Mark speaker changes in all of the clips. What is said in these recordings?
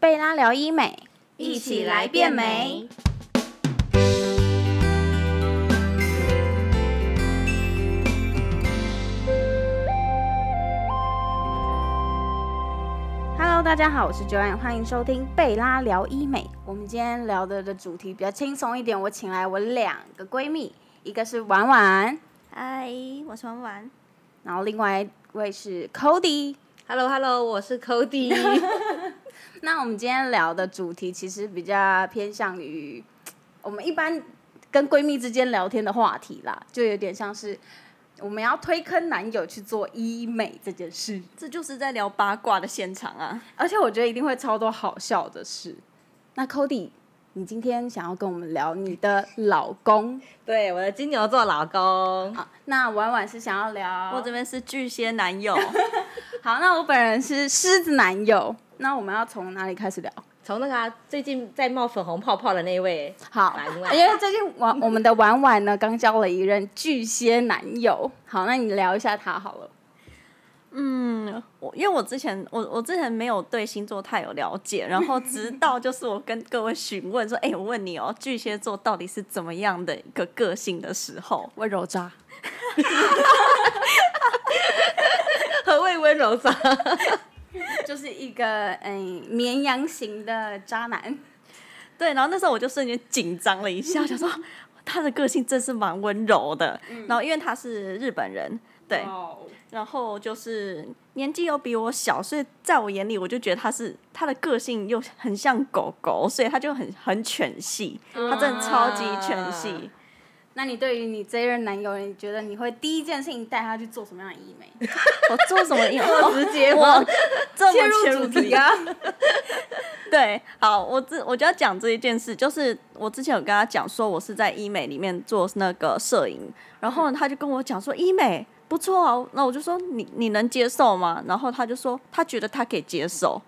Speaker 1: 贝拉聊医美，
Speaker 2: 一起来变美。
Speaker 1: Hello，大家好，我是 Joanne，欢迎收听贝拉聊医美。我们今天聊的的主题比较轻松一点，我请来我两个闺蜜，一个是婉婉，
Speaker 2: 嗨，我是婉婉。
Speaker 1: 然后另外一位是 Cody。
Speaker 3: Hello Hello，我是 Cody。
Speaker 1: 那我们今天聊的主题其实比较偏向于我们一般跟闺蜜之间聊天的话题啦，就有点像是我们要推坑男友去做医美这件事，
Speaker 2: 这就是在聊八卦的现场啊！
Speaker 1: 而且我觉得一定会超多好笑的事。那 Cody，你今天想要跟我们聊你的老公
Speaker 3: 对，我的金牛座老公，
Speaker 1: 啊？那婉婉是想要聊
Speaker 2: 我这边是巨蟹男友，
Speaker 1: 好，那我本人是狮子男友。那我们要从哪里开始聊？
Speaker 3: 从那个、啊、最近在冒粉红泡泡的那一位，
Speaker 1: 好
Speaker 3: 来，另外
Speaker 1: 因为最近我我们的婉婉呢刚交了一任巨蟹男友，好，那你聊一下他好了。
Speaker 2: 嗯，我因为我之前我我之前没有对星座太有了解，然后直到就是我跟各位询问说，哎、我问你哦，巨蟹座到底是怎么样的一个个性的时候，
Speaker 1: 温柔 渣，
Speaker 3: 何谓温柔渣？
Speaker 1: 就是一个嗯绵羊型的渣男。
Speaker 2: 对，然后那时候我就瞬间紧张了一下，想说他的个性真是蛮温柔的，然后因为他是日本人，对，
Speaker 1: 哦
Speaker 2: 然后就是年纪又比我小，所以在我眼里，我就觉得他是他的个性又很像狗狗，所以他就很很犬系，他真的超级犬系。
Speaker 1: 那你对于你这一任男友，你觉得你会第一件事情带他去做什么样的医美？
Speaker 2: 我做什么医？
Speaker 3: 好直接吗
Speaker 2: 我？ 这么
Speaker 1: 切
Speaker 2: 切
Speaker 1: 入
Speaker 2: 入
Speaker 1: 主
Speaker 2: 主
Speaker 1: 题 啊！
Speaker 2: 对，好，我这我就要讲这一件事，就是我之前有跟他讲说，我是在医美里面做那个摄影，然后呢，他就跟我讲说医美不错啊，那我就说你你能接受吗？然后他就说他觉得他可以接受，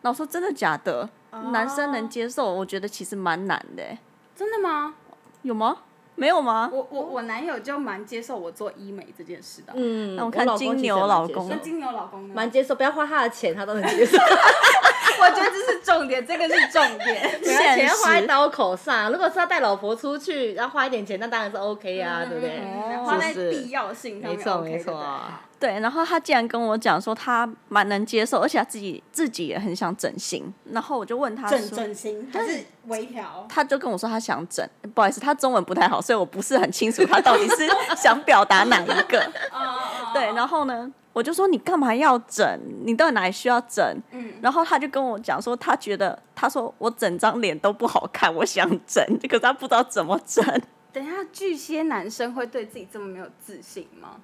Speaker 2: 那我说真的假的？男生能接受，我觉得其实蛮难的欸、
Speaker 1: 真的吗？
Speaker 2: 有吗？没有吗？
Speaker 1: 我我我男友就蛮接受我做医美这件事的。
Speaker 3: 嗯，
Speaker 2: 那我看
Speaker 3: 老公
Speaker 2: 金
Speaker 3: 其实
Speaker 2: 牛
Speaker 3: 也蛮
Speaker 2: 老
Speaker 3: 接
Speaker 2: 公
Speaker 3: 受
Speaker 1: 那金牛老公呢？
Speaker 3: 蛮接受，不要花他的钱，他都能接受。
Speaker 1: 我觉得这是重点，这个是重 点。
Speaker 3: 没有钱要花
Speaker 2: 现
Speaker 3: 在
Speaker 2: 实
Speaker 3: 刀口上，如果是要带老婆出去，要花一点钱，那当然是 OK 啊，对不对？
Speaker 2: 哦
Speaker 1: 嗯花在
Speaker 3: 是不是
Speaker 1: 必要性上
Speaker 3: 没
Speaker 1: 面。
Speaker 3: 错
Speaker 1: OK 的
Speaker 3: 没错。啊
Speaker 2: 对，然后他竟然跟我讲说他蛮能接受，而且他自己自己也很想整形，然后我就问他说，
Speaker 1: 整整形还是微调？
Speaker 2: 他就跟我说他想整，不好意思，他中文不太好，所以我不是很清楚他到底 是想表达哪一个。
Speaker 1: 哦嗯
Speaker 2: 对，然后呢，我就说你干嘛要整？你到底哪里需要整？
Speaker 1: 嗯
Speaker 2: 然后他就跟我讲说，他觉得他说我整张脸都不好看，我想整，可是他不知道怎么整。
Speaker 1: 等一下，巨蟹男生会对自己这么没有自信吗？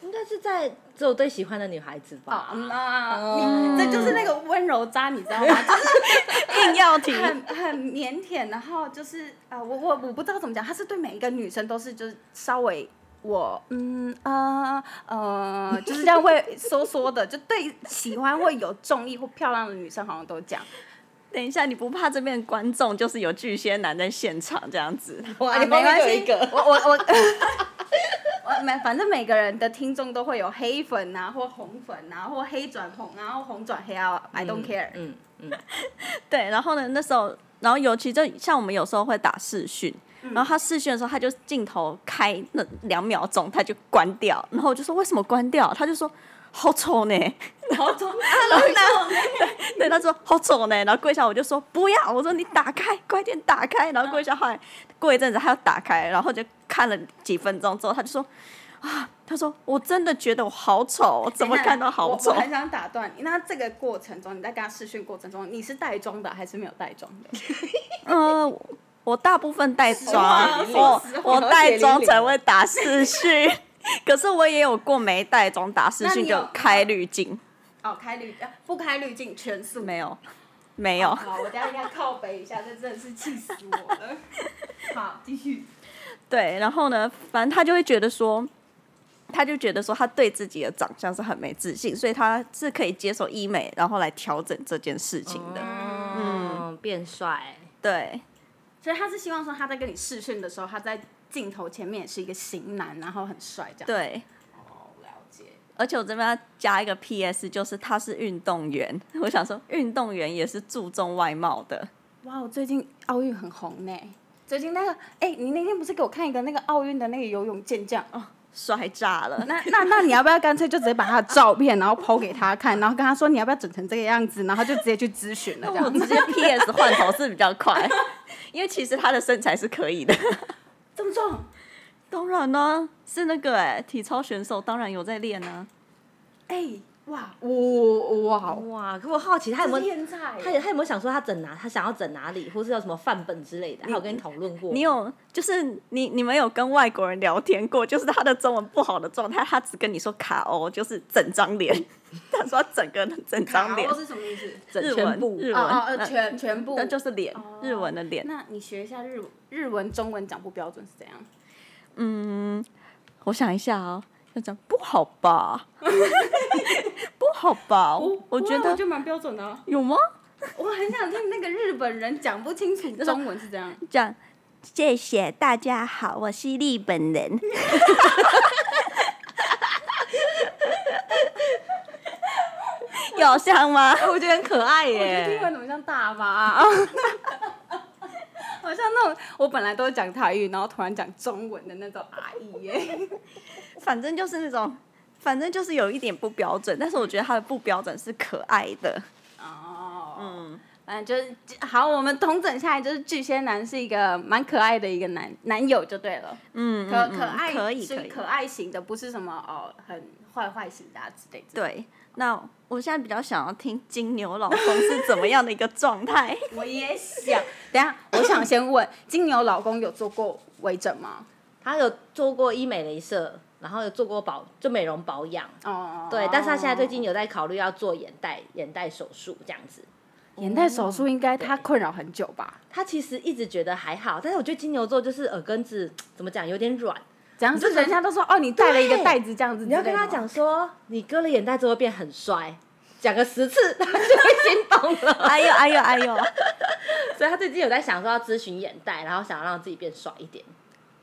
Speaker 3: 应该是在只有对喜欢的女孩子吧。嗯
Speaker 1: 啊，那这就是那个温柔渣，你知道吗？就是
Speaker 2: 硬要提，
Speaker 1: 很
Speaker 3: 嗯
Speaker 1: 很腼腆，然后就是呃，我我我不知道怎么讲，他是对每一个女生都是就是稍微。我嗯呃呃，就是这样 会缩缩的，就对喜欢会有重力或漂亮的女生好像都这样。
Speaker 2: 等一下，你不怕这边的观众就是有巨蟹男在现场这样 子？
Speaker 3: 哇，
Speaker 1: 啊
Speaker 3: 哦你旁边就有一
Speaker 1: 我
Speaker 3: 个，
Speaker 1: 我我我每反正每个人的听众都会有黑粉啊，或红粉啊，或黑转红啊，或红转黑啊，I don't care。
Speaker 3: 嗯嗯，
Speaker 2: 对，然后呢，那时候，然后尤其就像我们有时候会打视讯，然后他视讯的时候，他就镜头开那两秒钟，他就关掉，然后我就说为什么关掉？他就说好丑呢，
Speaker 1: 好丑啊，老公。
Speaker 2: 对，他说好丑呢，然后跪下，我就说不要，我说你打开，快点打开，然后跪下，后来过一阵子他又打开，然后就看了几分钟之后，他就说啊，他说我真的觉得我好丑，怎么看都好
Speaker 1: 哎我
Speaker 2: 丑
Speaker 1: 我。很想打断你。那这个过程中，你在跟他试训过程中，你是带妆的还是没有带妆的？
Speaker 2: 嗯、我大部分带妆
Speaker 1: 哇，
Speaker 2: 我
Speaker 1: 死我
Speaker 2: 我带妆
Speaker 3: 血淋淋
Speaker 2: 才会打视讯， 可是我也有过没带妆打视
Speaker 1: 那
Speaker 2: 讯
Speaker 1: 你有
Speaker 2: 就开滤镜，
Speaker 1: 哦，开滤呃不开滤镜全素。
Speaker 2: 没有，没有。
Speaker 1: 好，我等一下应该靠背一下，这真的是气死我 了。好，继续。
Speaker 2: 对，然后呢，反正他就会觉得说，他就觉得说他对自己的长相是很没自信，所以他是可以接受医美，然后来调整这件事情的。
Speaker 1: 哦
Speaker 3: 嗯，变帅。
Speaker 2: 对，
Speaker 1: 所以他是希望说他在跟你试训的时候，他在镜头前面也是一个型男，然后很帅这样。
Speaker 2: 对，
Speaker 1: 哦，了解。
Speaker 2: 而且我这边要加一个 P.S，就是他是运动员。 我想说，运动员也是注重外貌的。
Speaker 1: 哇，我最近奥运很红呢。最近那个，哎、你那天不是给我看一个那个奥运的那个游泳健将？哦，
Speaker 2: 帅炸了！
Speaker 1: 那那那你要不要干脆就直接把他的照片，然后抛给他看，然后跟他说你要不要整成这个样子，然后就直接去咨询了这
Speaker 2: 我
Speaker 1: 样
Speaker 2: 直
Speaker 1: 子。
Speaker 2: 接 PS 换头是比较快，因为其实他的身材是可以的。
Speaker 1: 这么壮？
Speaker 2: 当然呢、是那个哎、体操选手当然有在练啊呢、
Speaker 1: 哎、哇，哇哇，
Speaker 3: 哇！可我好奇他有没有，
Speaker 1: 天才
Speaker 3: 他有他有没有想说他整哪，他想要整哪里，或是有什么范本之类的？他有跟你讨论过？
Speaker 2: 你有就是你你们有跟外国人聊天过，就是他的中文不好的状态，他只跟你说卡欧，就是整张脸。他说他整个人整张脸，
Speaker 1: 什么意思？
Speaker 3: 整
Speaker 2: 日
Speaker 3: 全
Speaker 2: 文
Speaker 3: 部
Speaker 2: 日
Speaker 1: 哦
Speaker 2: 文，
Speaker 1: 哦，呃
Speaker 2: 嗯
Speaker 1: 全全部
Speaker 2: 那就是脸，
Speaker 1: 哦
Speaker 2: 日文的脸。
Speaker 1: 那你学一下日日文、中文讲不标准是怎样？
Speaker 2: 我想一下哦，要讲不好吧？ 不好吧？我哦我觉
Speaker 1: 哇
Speaker 2: 得
Speaker 1: 就蛮标准的啊、
Speaker 2: 有吗？
Speaker 1: 我很想听那个日本人讲不清楚中文是 怎样。
Speaker 2: 这样，谢谢大家好，我是日本人。 有像吗？
Speaker 3: 我觉得很可爱
Speaker 1: 我觉得英
Speaker 3: 耶。
Speaker 1: 文怎么像大妈、啊？ 好像那种我本来都讲台语，然后突然讲中文的那种阿姨耶。
Speaker 2: 反正就是那种，反正就是有一点不标准，但是我觉得他的不标准是可爱的。
Speaker 1: 哦，嗯，
Speaker 2: 嗯，
Speaker 1: 反正就是好，我们统整下来就是巨蟹男是一个蛮可爱的一个男男友就对了，
Speaker 2: 嗯
Speaker 1: 可可爱
Speaker 2: 可以
Speaker 1: 是
Speaker 2: 可以
Speaker 1: 可爱型的，不是什么哦很坏坏型的啊之类的。
Speaker 2: 对。那我现在比较想要听金牛老公是怎么样的一个状态？
Speaker 1: 我也想， 等一下我想先 问金牛老公有做过微整吗？
Speaker 3: 他有做过医美镭射，然后有做过保就美容保养，
Speaker 1: 哦，
Speaker 3: 对。但是他现在最近有在考虑要做眼袋眼袋手术这样子。
Speaker 1: 眼袋手术应该他困扰很久吧？
Speaker 3: 他其实一直觉得还好，但是我觉得金牛座就是耳根子怎么讲有点软，
Speaker 1: 怎样？
Speaker 3: 你就是
Speaker 1: 人家都说哦，你戴了一个袋子这样子，
Speaker 3: 你要跟他，讲说你割了眼袋之后会变很帅，讲个十次他就会心动了。
Speaker 2: 哎呦哎呦哎呦！
Speaker 3: 所以他最近有在想说要咨询眼袋，然后想要让自己变帅一点。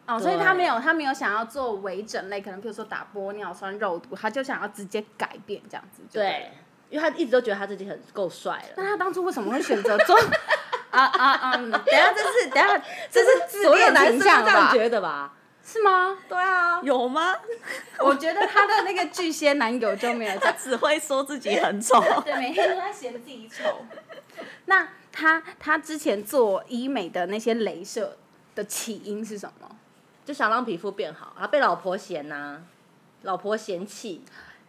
Speaker 1: 哦，所以他
Speaker 3: 对
Speaker 1: 没有他没有想要做微整类，可能比如说打玻尿酸、肉毒，他就想要直接改变这样子。就对
Speaker 3: 对
Speaker 1: 了，，
Speaker 3: 因为他一直都觉得他自己很够帅
Speaker 1: 那
Speaker 3: 了。
Speaker 1: 他当初为什么会选择做？ 啊啊啊！嗯等一下这是等一下这是自
Speaker 3: 所有
Speaker 1: 恋
Speaker 3: 男生
Speaker 1: 倾
Speaker 3: 都
Speaker 1: 向
Speaker 3: 这样
Speaker 1: 吧？
Speaker 3: 觉得吧？
Speaker 1: 是吗？
Speaker 3: 对啊，
Speaker 2: 有吗？
Speaker 1: 我觉得他的那个巨蟹男友就没有这
Speaker 2: 他只会说自己很丑。
Speaker 1: 对，每天都在嫌自己丑。那他他之前做医美的那些镭射的起因是什么？
Speaker 3: 就想让皮肤变好，然后被老婆嫌呐、老婆嫌弃，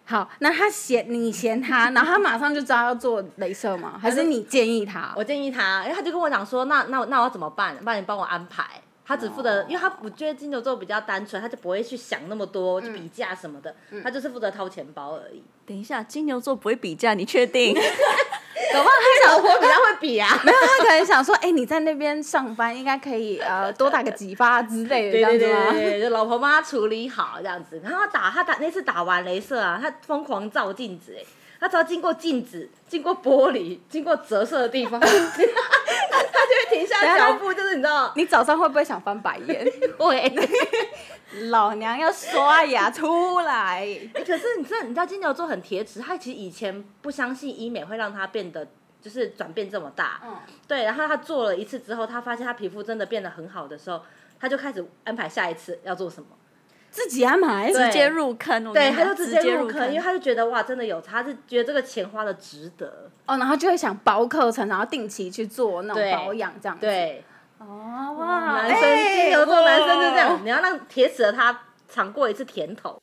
Speaker 1: 好，那他嫌你嫌他，然后他马上就知道要做镭射 吗？还是你建议他？
Speaker 3: 我建议他，因为他就跟我讲说，那那那我要怎么办？不然你帮我安排。他只负责，因为他我觉得金牛座比较单纯，他就不会去想那么多，就比价什么的，他就是负责掏钱包而已。
Speaker 2: 等一下，金牛座不会比价，你确定？
Speaker 3: 搞不好他老婆比较会比啊，
Speaker 1: 没有，他可能想说，哎、你在那边上班应该可以 呃多打个几发之类的，这
Speaker 3: 对
Speaker 1: 样
Speaker 3: 对
Speaker 1: 子
Speaker 3: 对
Speaker 1: 吗？
Speaker 3: 对对，就老婆帮他处理好这样子。然后他打他打那次打完镭射啊，他疯狂照镜子哎、他只要经过镜子、经过玻璃、经过折射的地方，他 就会停下脚步，就是你知道，
Speaker 1: 你早上会不会想翻白 眼？
Speaker 3: 会。
Speaker 1: 老娘要刷牙出 来！
Speaker 3: 欸可是你知道，你知道金牛座很铁齿，他其实以前不相信医美会让他变得就是转变这么大，
Speaker 1: 嗯，
Speaker 3: 对。然后他做了一次之后，他发现他皮肤真的变得很好的时候，他就开始安排下一次要做什么。
Speaker 1: 自己安排。
Speaker 3: 对
Speaker 2: 直接入坑，
Speaker 1: 哦
Speaker 2: 我
Speaker 3: 对，
Speaker 2: 跟你
Speaker 3: 他就
Speaker 2: 讲
Speaker 3: 直
Speaker 2: 直
Speaker 3: 接入坑，
Speaker 2: 坑
Speaker 3: 因为。他就觉得哇，真的有差，他是觉得这个钱花的值得。
Speaker 1: 哦，然后就会想包课程，然后定期去做那种
Speaker 3: 对
Speaker 1: 保养这样子。，
Speaker 3: 对，嗯
Speaker 1: 哦哇，
Speaker 3: 男生、
Speaker 1: 哎
Speaker 3: 金牛座男生就这
Speaker 1: 哇
Speaker 3: 样，你要让铁齿的他尝过一次甜头。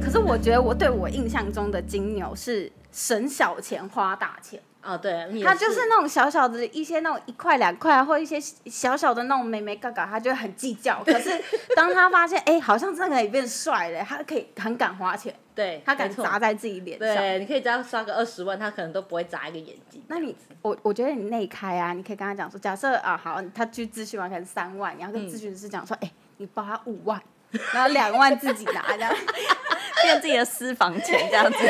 Speaker 1: 可是我觉得我对我印象中的金牛是省小钱花大钱，
Speaker 3: 哦，对，你也
Speaker 1: 他就是那种小小的一些那种一块两块啊或一些小小的那种美眉嘎嘎，他就很计 较。可是当他发现哎、好像真的可以变帅了，他可以很敢花钱，
Speaker 3: 对，
Speaker 1: 他敢
Speaker 3: 没错
Speaker 1: 砸在自己脸上。
Speaker 3: 对，你可以只要刷个二十万，他可能都不会眨一个眼睛。
Speaker 1: 那你我我觉得你内开啊，你可以跟他讲说，假设啊好，他去咨询完可能三万，你要跟咨询师讲说，哎、你包他五万，然后两万自己拿这样。
Speaker 2: 变自己的私房钱这样子，
Speaker 3: 很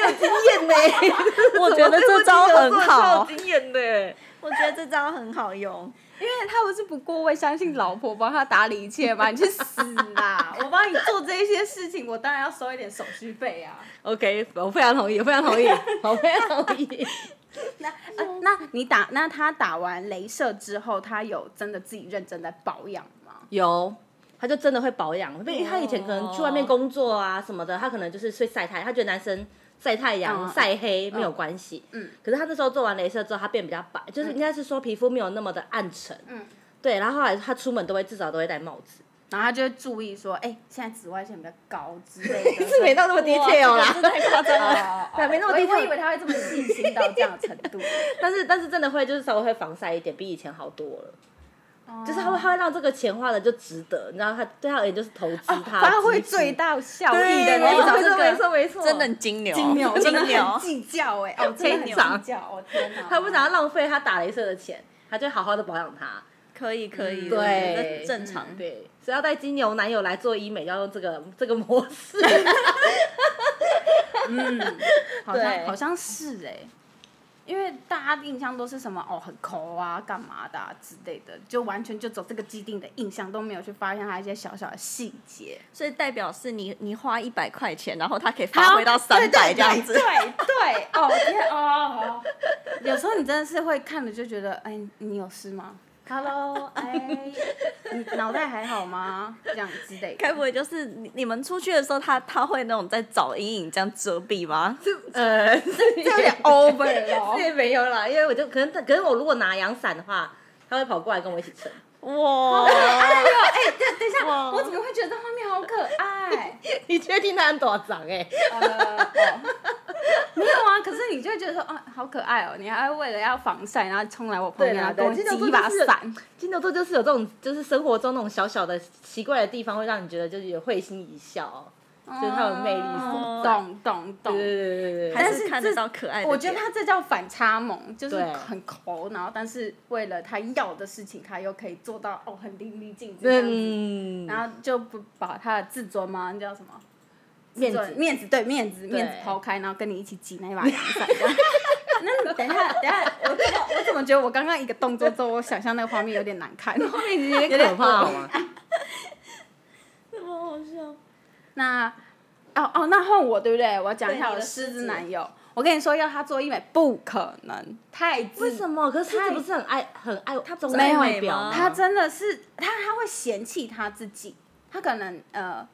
Speaker 3: 有经验呢、
Speaker 2: 我觉得这招很好。
Speaker 3: 哦经验的。
Speaker 2: 我觉得这招很好用。
Speaker 1: 因为他不是不过位，相信老婆帮他打理一切嘛，你去死啦！我帮你做这些事情，我当然要收一点手续费啊。
Speaker 3: OK，我非常同意，我非常同意，我非常同意。
Speaker 1: 那、呃、那你打那他打完镭射之后，他有真的自己认真在保养吗？
Speaker 3: 有，他就真的会保养，因为他以前可能去外
Speaker 1: 哦
Speaker 3: 面工作啊什么的，他可能就是睡晒太阳，他觉得男生晒太阳、
Speaker 1: 嗯
Speaker 3: 晒黑没有关系。
Speaker 1: 嗯
Speaker 3: 可是他那时候做完镭射之后，他变比较白，就是应该是说皮肤没有那么的暗沉。
Speaker 1: 嗯，
Speaker 3: 对，然后后来他出门都会至少都会戴帽子。
Speaker 1: 然后他就会注意说，哎、现在紫外线比较高之类的。
Speaker 3: 是没到那么 detail 啦
Speaker 2: 哇这个是太夸张了。
Speaker 1: 对，没那么低
Speaker 3: 我
Speaker 1: 哦我
Speaker 3: 以
Speaker 1: 以
Speaker 3: 为
Speaker 1: 为他会这么细心到这样的程度，
Speaker 3: 但是但是真的会就是稍微会防晒一点，比以前好多了。
Speaker 1: 哦
Speaker 3: 就是他会他会让这个钱花的就值得，你知道他对他而言就是投资他
Speaker 1: 发挥
Speaker 3: 支出
Speaker 1: 最大效益
Speaker 3: 对
Speaker 1: 的
Speaker 3: 的
Speaker 1: 那种。哦
Speaker 3: 没错没错没错，
Speaker 2: 真的很 金牛，
Speaker 1: 金哦牛真的很
Speaker 2: 牛，
Speaker 1: 计较哎、哦，真的很
Speaker 3: 非常
Speaker 1: 计较，我、天哪！
Speaker 3: 他不想要浪费他打镭射的钱，他就好好的保养它。
Speaker 2: 可以可以，
Speaker 3: 嗯对
Speaker 2: 我觉得嗯正常。
Speaker 3: 对，所以要带金牛男友来做医美，要用这个这个模式。
Speaker 1: 好像
Speaker 3: 对
Speaker 1: 好像是哎、因为大家印象都是什么哦，很抠啊，干嘛的、啊、之类的，就完全就走这个既定的印象，都没有去发现他一些小小的细节。
Speaker 2: 所以代表是你你花一百块钱，然后它可以发挥到三百这样子
Speaker 1: 对。对对，哦天哦，有时候你真的是会看了就觉得，哎，你有事吗？Hello，哎，你脑袋还好吗？这样之类的。
Speaker 2: 该不会就是你你们出去的时候，他他会那种在找阴影这样遮蔽吗？
Speaker 3: 呃，这
Speaker 1: 这有 点 over 了哦
Speaker 3: 这，也没有啦，因为我就可能可是我如果拿阳伞的话，他会跑过来跟我一起撑。
Speaker 2: 哇，
Speaker 1: 哎等一下，
Speaker 2: 哇
Speaker 1: 我怎么会觉得这画面好可爱？
Speaker 3: 你确定他很多长哎、
Speaker 1: 呃，哦没有啊，可是你就会觉得说，啊，好可爱哦，你还为了要防晒，然后冲来我旁边，
Speaker 3: 对
Speaker 1: 然
Speaker 3: 啦
Speaker 1: 后跟我
Speaker 3: 对
Speaker 1: 挤一把
Speaker 3: 这种
Speaker 1: 伞。
Speaker 3: 金牛座就是有这种，就是生活中那种小小的奇怪的地方，会让你觉得就是有会心一笑哦、就是他有魅力所
Speaker 2: 哦
Speaker 3: 在。
Speaker 1: 懂懂懂。
Speaker 3: 对对对对对 嗯
Speaker 2: 还
Speaker 3: 对，
Speaker 2: 是看得到可爱的点。
Speaker 1: 我觉得他这叫反差萌，就是
Speaker 3: 对
Speaker 1: 很抠，然后但是为了他要的事情，他又可以做到哦，很淋漓
Speaker 3: 嗯
Speaker 1: 尽致这样子，然后就不把他的自尊吗？那叫什么？
Speaker 3: 面
Speaker 1: 自
Speaker 3: 子
Speaker 1: 尊面子对面子面子抛开，然后跟你一起挤那一把阳 伞。这样那你等一下，等一下，我怎么我怎么觉得我刚刚一个动作之后，我想象那个画面有点难看。
Speaker 3: 后面有点可怕好哦吗？
Speaker 2: 这么好笑。
Speaker 1: 那哦哦，那换我对不对？我要讲一
Speaker 2: 对
Speaker 1: 下
Speaker 2: 你
Speaker 1: 我
Speaker 2: 的
Speaker 1: 的
Speaker 2: 狮
Speaker 1: 狮子
Speaker 2: 子
Speaker 1: 男友。我跟你说，要他做医美不可能，太自
Speaker 3: 为什么？可是狮
Speaker 1: 太
Speaker 3: 子不是很爱很爱他总
Speaker 1: 没有
Speaker 3: 外表吗，
Speaker 1: 他真的是他他会嫌弃他自己，他可能呃，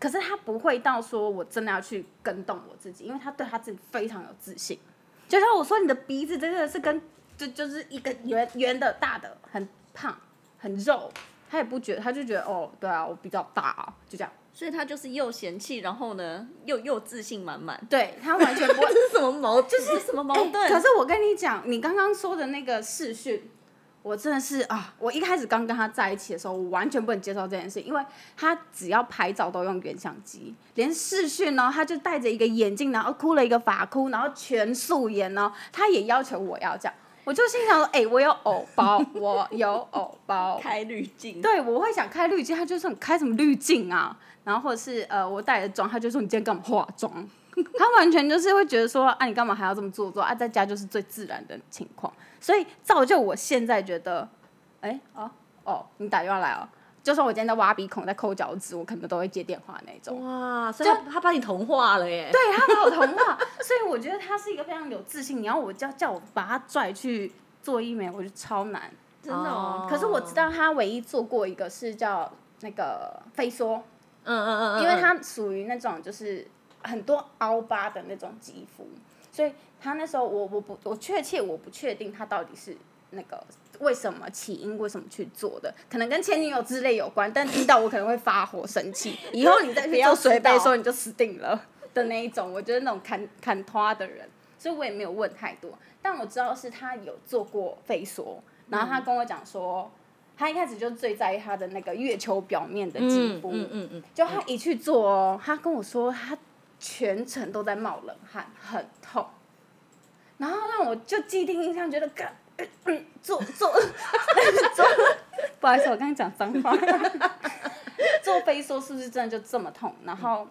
Speaker 1: 可是他不会到说我真的要去跟动我自己，因为他对他自己非常有自信。就像我说，你的鼻子真的是跟就就是一个圆圆的大的，很胖很肉，他也不觉得，他就觉得哦，对啊，我比较大啊，就这样。
Speaker 2: 所以他就是又嫌弃，然后呢又又自信满满，
Speaker 1: 对他完全不会
Speaker 3: 这是什么矛盾？
Speaker 2: 这是什么矛盾？
Speaker 1: 可是我跟你讲，你刚刚说的那个视讯，我真的是啊，我一开始刚跟他在一起的时候，我完全不能接受这件事，因为他只要拍照都用原相机，连视讯呢，他就戴着一个眼镜，然后哭了一个发哭，然后全素颜哦，他也要求我要这样，我就心想说，哎、我有偶包，我有偶包，
Speaker 2: 开滤镜，
Speaker 1: 对，我会想开滤镜，他就说你开什么滤镜啊？然后或者是呃，我带着妆，他就说你今天干嘛化妆？ 他完全就是会觉得说啊，你干嘛还要这么做作啊？在家就是最自然的情况，所以造就我现在觉得，哎、哦哦，你打电话来哦，就算我今天在挖鼻孔、在抠脚趾，我可能都会接电话那种。
Speaker 3: 哇，所以他他把你同化了耶！
Speaker 1: 对他把我同化，所以我觉得他是一个非常有自信。你要我叫叫我把他拽去做医美，我就超难。
Speaker 2: 真的哦。
Speaker 1: 可是我知道他唯一做过一个是叫那个飞梭，
Speaker 3: 嗯嗯嗯嗯，
Speaker 1: 因为他属于那种就是很多凹疤的那种肌肤，所以他那时候我我不我确切我不确定他到底是那个为什么起因为什么去做的，可能跟前女友之类有关，但听到我可能会发火生气，以后你再
Speaker 2: 不
Speaker 1: 去
Speaker 2: 要
Speaker 1: 做
Speaker 2: 知道
Speaker 1: 水杯的时候你就死定了的那一种，我觉得那种砍砍拖的人，所以我也没有问太多，但我知道是他有做过飞梭，然后
Speaker 3: 嗯
Speaker 1: 他跟我讲说。他一开始就最在意他的那个月球表面的肌
Speaker 3: 嗯
Speaker 1: 肤，
Speaker 3: 嗯嗯嗯，
Speaker 1: 就他一去做哦，他跟我说他全程都在冒冷汗，很痛，然后让我就既定印象觉得，干、嗯嗯，做 做做，不好意思，我刚刚讲脏话， 做飞梭是不是真的就这么痛？然后。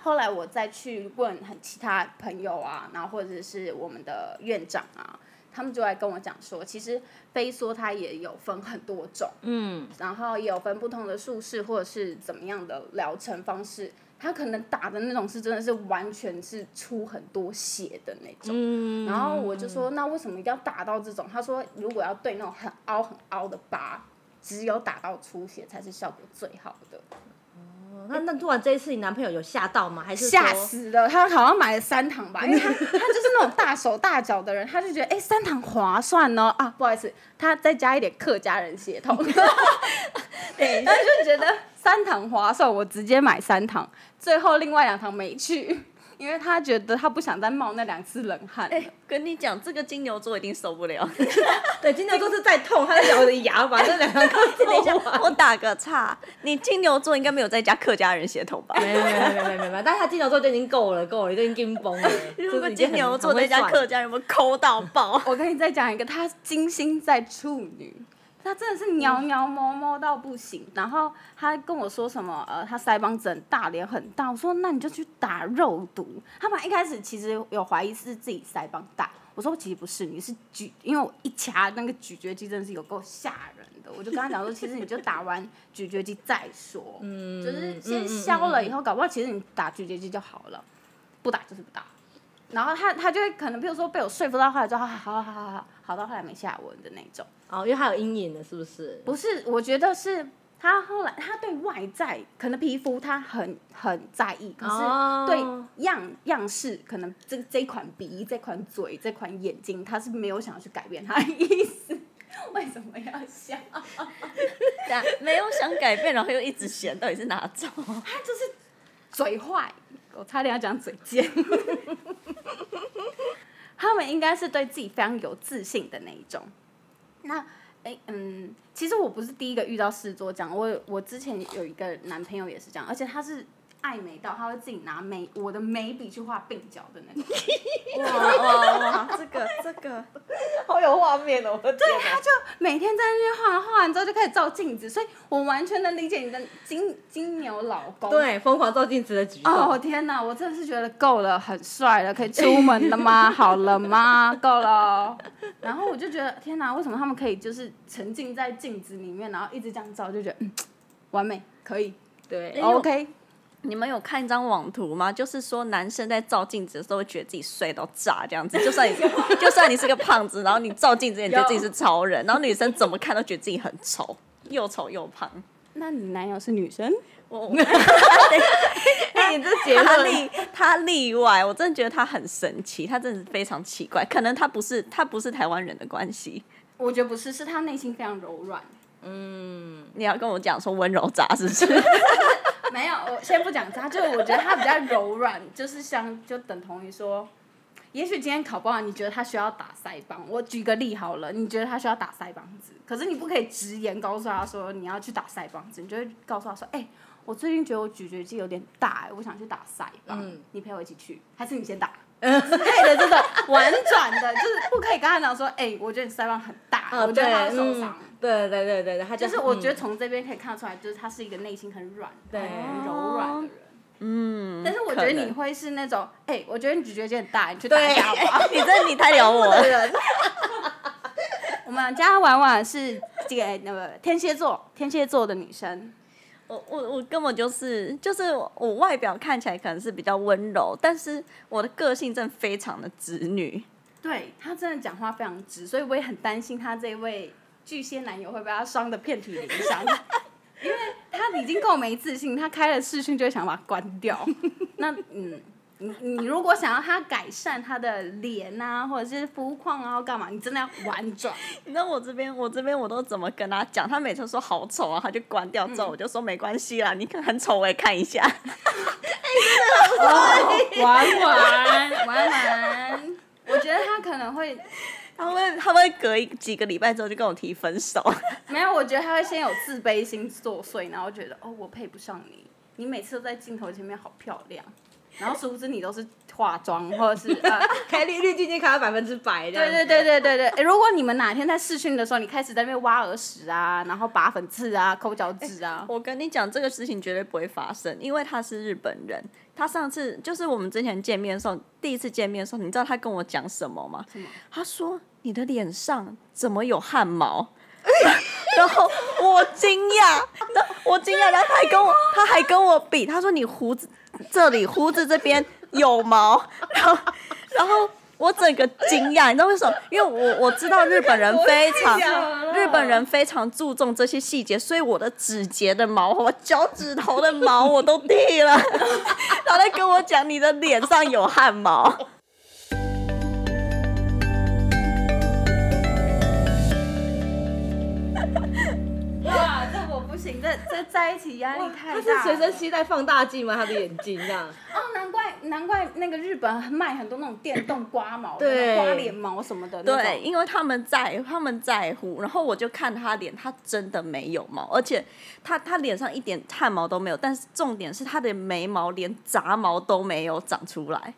Speaker 1: 后来我再去问很其他朋友啊，然后或者是我们的院长啊，他们就来跟我讲说，其实飞梭它也有分很多种，
Speaker 3: 嗯，
Speaker 1: 然后也有分不同的术式或者是怎么样的疗程方式。它可能打的那种是真的是完全是出很多血的那种，然后我就说那为什么一定要打到这种？他说如果要对那种很凹很凹的疤，只有打到出血才是效果最好的。
Speaker 3: 那那突然这一次，你男朋友有吓到吗？还是说
Speaker 1: 吓死了！他好像买了三堂吧，因为他他就是那种大手大脚的人，他就觉得哎、诶三堂划算哦啊，不好意思，他再加一点客家人血 统，
Speaker 2: 哎
Speaker 1: 他就觉得三堂划算，我直接买三堂，最后另外两堂没去，因为他觉得他不想再冒那两次冷汗了。。
Speaker 3: 哎
Speaker 2: 跟你讲，这个金牛座一定受不 了。
Speaker 3: 对，金牛座是再痛，他就咬着牙把这两个扣
Speaker 2: 等一下
Speaker 3: 做完。，
Speaker 2: 我打个岔，你金牛座应该没有在加客家人血统吧？
Speaker 3: 没有没有没有没有没有没有，但是他金牛座就已经够了，够了，就已经紧绷了。
Speaker 2: 如
Speaker 3: 就是
Speaker 2: 果
Speaker 3: 已经
Speaker 2: 金
Speaker 3: 很
Speaker 2: 牛座
Speaker 3: 很会
Speaker 2: 再加
Speaker 3: 算
Speaker 2: 客家人，我抠到爆
Speaker 1: 我跟你再讲一个，她金星在处女，她真的是扭扭摸摸到不行。然后她跟我说什么，呃，她腮帮子很大，脸很大。我说那你就去打肉毒。他们一开始其实有怀疑是自己腮帮大，我说其实不是，你是咀，因为我一掐那个咀嚼肌真的是有够吓人的。我就跟他讲说，其实你就打完咀嚼肌再说，嗯，就是先消了以后，搞不好其实你打咀嚼肌就好了，不打就是不打。然后他他就会可能，比如说被我说服到后来之后，啊好好好好好，好到后来没下文的那种。
Speaker 3: 哦，因为他有阴影了，是不是？
Speaker 1: 不是，我觉得是他后来他对外在可能皮肤他很很在意，可
Speaker 3: 哦
Speaker 1: 是对样、样式可能这这一款鼻、这款嘴、这款眼睛，他是没有想要去改变他的意思。 为什么要笑？
Speaker 2: 对啊没有想改变，然后又一直嫌，到底是哪 种？
Speaker 1: 嘴坏，我差点要讲嘴贱。 他们应该是对自己非常有自信的那一种。那，哎，嗯，其实我不是第一个遇到事做这样，我我之前有一个男朋友也是这样，而且他是爱美到他会自己拿眉我的眉笔去画鬓角的 那种，
Speaker 2: 哇哇哦哇！这个这个，
Speaker 3: 好有画面哦，我的天哪！
Speaker 1: 啊每天在那边画，画完之后就开始照镜子，所以我完全能理解你的金金牛老公。
Speaker 3: 对，疯狂照镜子的举动。
Speaker 1: 哦天哪，我真的是觉得够了，很帅了，可以出门了 吗？好了吗？够了哦。然后我就觉得天哪，为什么他们可以就是沉浸在镜子里面，然后一直这样照，就觉得嗯，完美，可以
Speaker 3: 对，
Speaker 2: 呦
Speaker 1: ，OK。
Speaker 2: 你们有看一张网图吗？就是说男生在照镜子的时候会觉得自己帅到炸这样子，就算你就算你是个胖子，然后你照镜子也觉得自己是超人，然后女生怎么看都觉得自己很丑，又丑又胖。
Speaker 1: 那你男友是女生？
Speaker 2: 我
Speaker 3: 哎，你这结
Speaker 2: 他
Speaker 3: 论，
Speaker 2: 例他例外，我真的觉得他很神奇，他真的是非常奇怪，可能他不是他不是台湾人的关系。
Speaker 1: 我觉得不是，是他内心非常柔软。嗯
Speaker 2: 你要跟我讲说温柔渣是不是？
Speaker 1: 没有，我先不讲他，就是我觉得他比较柔软，就是像就等同于说，也许今天考不好，你觉得他需要打腮帮。我举个例好了，你觉得他需要打腮帮子，可是你不可以直言告诉他说你要去打腮帮子，你就会告诉他说，哎、我最近觉得我咀嚼肌有点大、哎我想去打腮帮，
Speaker 3: 嗯
Speaker 1: 你陪我一起去，还是你先 打？之类的这种婉转的，就是不可以跟他讲说，哎、我觉得你腮帮很大，
Speaker 3: 哦
Speaker 1: 我觉
Speaker 3: 对，
Speaker 1: 得他会受伤。
Speaker 3: 嗯，对对对对对，他
Speaker 1: 就是我觉得
Speaker 3: 嗯
Speaker 1: 从这边可以看出来，就是他是一个内心很软、
Speaker 3: 对
Speaker 1: 很柔软的
Speaker 3: 哦
Speaker 1: 人。
Speaker 2: 嗯，
Speaker 1: 但是我觉得
Speaker 2: 可能
Speaker 1: 你会是那种，哎、我觉得你咀嚼肌很大，你去打
Speaker 3: 对
Speaker 1: 一下好不好？
Speaker 2: 你真的你太聊我了。
Speaker 3: 人，
Speaker 1: 我们家婉婉是这个那个天蝎座，天蝎座的女生，
Speaker 2: 我我我根本就是就是我外表看起来可能是比较温柔，但是我的个性真的非常的直女。
Speaker 1: 对她真的讲话非常直，所以我也很担心她这位巨蟹男友会被她伤的遍体鳞伤，因为她已经够没自信，她开了视讯就会想把它关掉。 那嗯。你你如果想要她改善她的脸啊，或者是肤况啊，或干嘛，你真的要婉转。
Speaker 2: 你知道我这边我这边我都怎么跟他讲？他每次说好丑啊，他就关掉。之后我就说没关系啦，你看很丑我也看一下。
Speaker 1: 玩玩玩玩，我觉得他可能会
Speaker 2: 他会他会隔一几个礼拜之后就跟我提分手。
Speaker 1: 没有，我觉得他会先有自卑心作祟，然后觉得哦，我配不上你，你每次都在镜头前面好漂亮，然后殊不知你都是化妆或者是呃，
Speaker 3: 开绿绿今天开到百分之百，
Speaker 1: 对对对对对对、诶如果你们哪天在试训的时候，你开始在那边挖耳屎啊，然后拔粉刺啊，抠脚趾啊，
Speaker 2: 我跟你讲，这个事情绝对不会发生，因为他是日本人。他上次就是我们之前见面的时候，第一次见面的时候，你知道他跟我讲什么吗？
Speaker 1: 什么？
Speaker 2: 他说：“你的脸上怎么有汗毛？” 然后我惊讶，然后我惊讶，然后他还跟 我，他还跟我比，他说：“你胡子这里，胡子这边有毛。” 然后，然后我整个惊讶，你知道为什么？因为我我知道日本人非常
Speaker 3: 我太想啊了
Speaker 2: 日本人非常注重这些细节，所以我的指节的毛，我脚趾头的毛我都 剃了。他在跟我讲你的脸上有汗毛。
Speaker 1: 哇，这我不行，这这在一起压力太大
Speaker 3: 他
Speaker 1: 了。
Speaker 3: 是随身携带放大镜吗？他的眼睛这样，
Speaker 1: 哦，难怪难怪那个日本卖很多那种电动刮毛、
Speaker 3: 对
Speaker 1: 刮脸毛什么的那
Speaker 2: 对，
Speaker 1: 种。
Speaker 2: 因为他们在他们在乎，然后我就看他脸，他真的没有毛，而且他他脸上一点汗毛都没有，但是重点是他的眉毛连杂毛都没有长出来。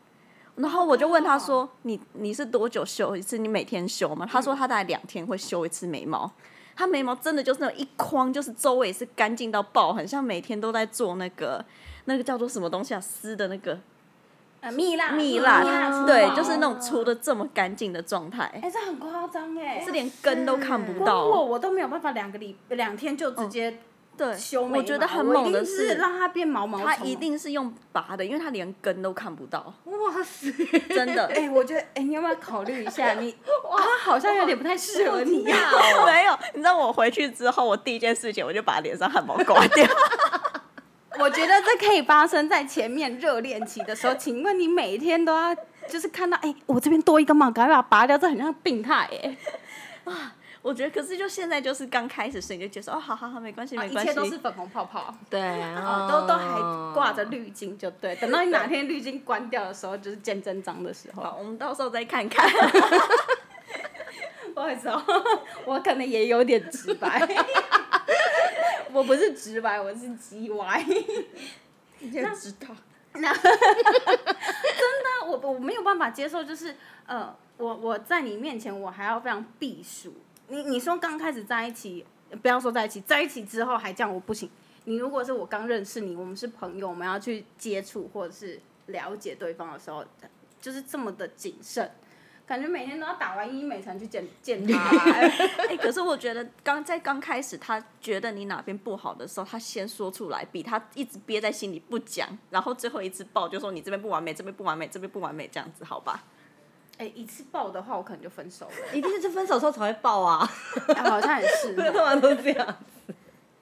Speaker 2: 然后我就问他说：“你你是多久修一次？你每天修吗？”他说他大概两天会修一次眉毛。他眉毛真的就是那种一筐，就是周围是干净到爆，很像每天都在做那个那个叫做什么东西啊丝的那个
Speaker 1: 啊，蜜蜡，
Speaker 2: 蜜
Speaker 1: 除
Speaker 2: 蜡，
Speaker 1: 毛
Speaker 2: 对，就是那种除的这么干净的状态。
Speaker 1: 哎，这很夸张哎，
Speaker 2: 是连根都看不
Speaker 1: 光我
Speaker 2: 到。
Speaker 1: 我都没有办法两个礼两天就直接
Speaker 2: 哦对，
Speaker 1: 修眉毛
Speaker 2: 我觉得很猛
Speaker 1: 我一
Speaker 2: 的
Speaker 1: 定是让它变毛毛虫。
Speaker 2: 他一定是用拔的，因为他连根都看 不到，
Speaker 3: 哇塞！
Speaker 2: 真的。
Speaker 1: 哎，我觉得哎，你有没有考虑一下？ 你它好像有点不太适合你啊呀。
Speaker 2: 没有，你知道我回去之后，我第一件事情我就把脸上汗毛刮掉。
Speaker 1: 我觉得这可以发生在前面热恋期的时候。请问你每天都要就是看到，哎、我这边多一根毛，赶快把它拔掉，这很像病态哎、
Speaker 2: 我觉得，可是就现在就是刚开始，所以你就觉得说哦，好好好，没关系，没
Speaker 1: 啊一
Speaker 2: 关
Speaker 1: 切
Speaker 2: 系。
Speaker 1: 都是粉红泡泡，
Speaker 3: 对，
Speaker 1: 哦、都都
Speaker 3: 嗯
Speaker 1: 还挂着滤镜就对。等到你哪天滤镜关掉的时候，就是见真章的时候。
Speaker 2: 好，我们到时候再看看。
Speaker 1: 不好意思哦，我可能也有点直 白，我不是直白，我是叽歪。
Speaker 2: 你也知道，
Speaker 1: 那我我没有办法接受，就是呃，我我在你面前我还要非常避暑。你你说刚开始在一起，呃不要说在一起，在一起之后还这样，我不行。你如果是我刚认识你，我们是朋友，我们要去接触或者是了解对方的时候，就是这么的谨慎。感觉每天都要打完医美才去见见他、 哎
Speaker 2: 哎、可是我觉得刚在刚开始，他觉得你哪边不好的时候，他先说出来，比他一直憋在心里不讲，然后最后一次爆就说你这边不完美，这边不完美，这边不完美，这样子好吧？
Speaker 1: 哎、一次爆的话，我可能就分手了。
Speaker 3: 一定是分手之后才会爆啊，
Speaker 1: 哎好像也是哦，
Speaker 3: 干嘛都这样？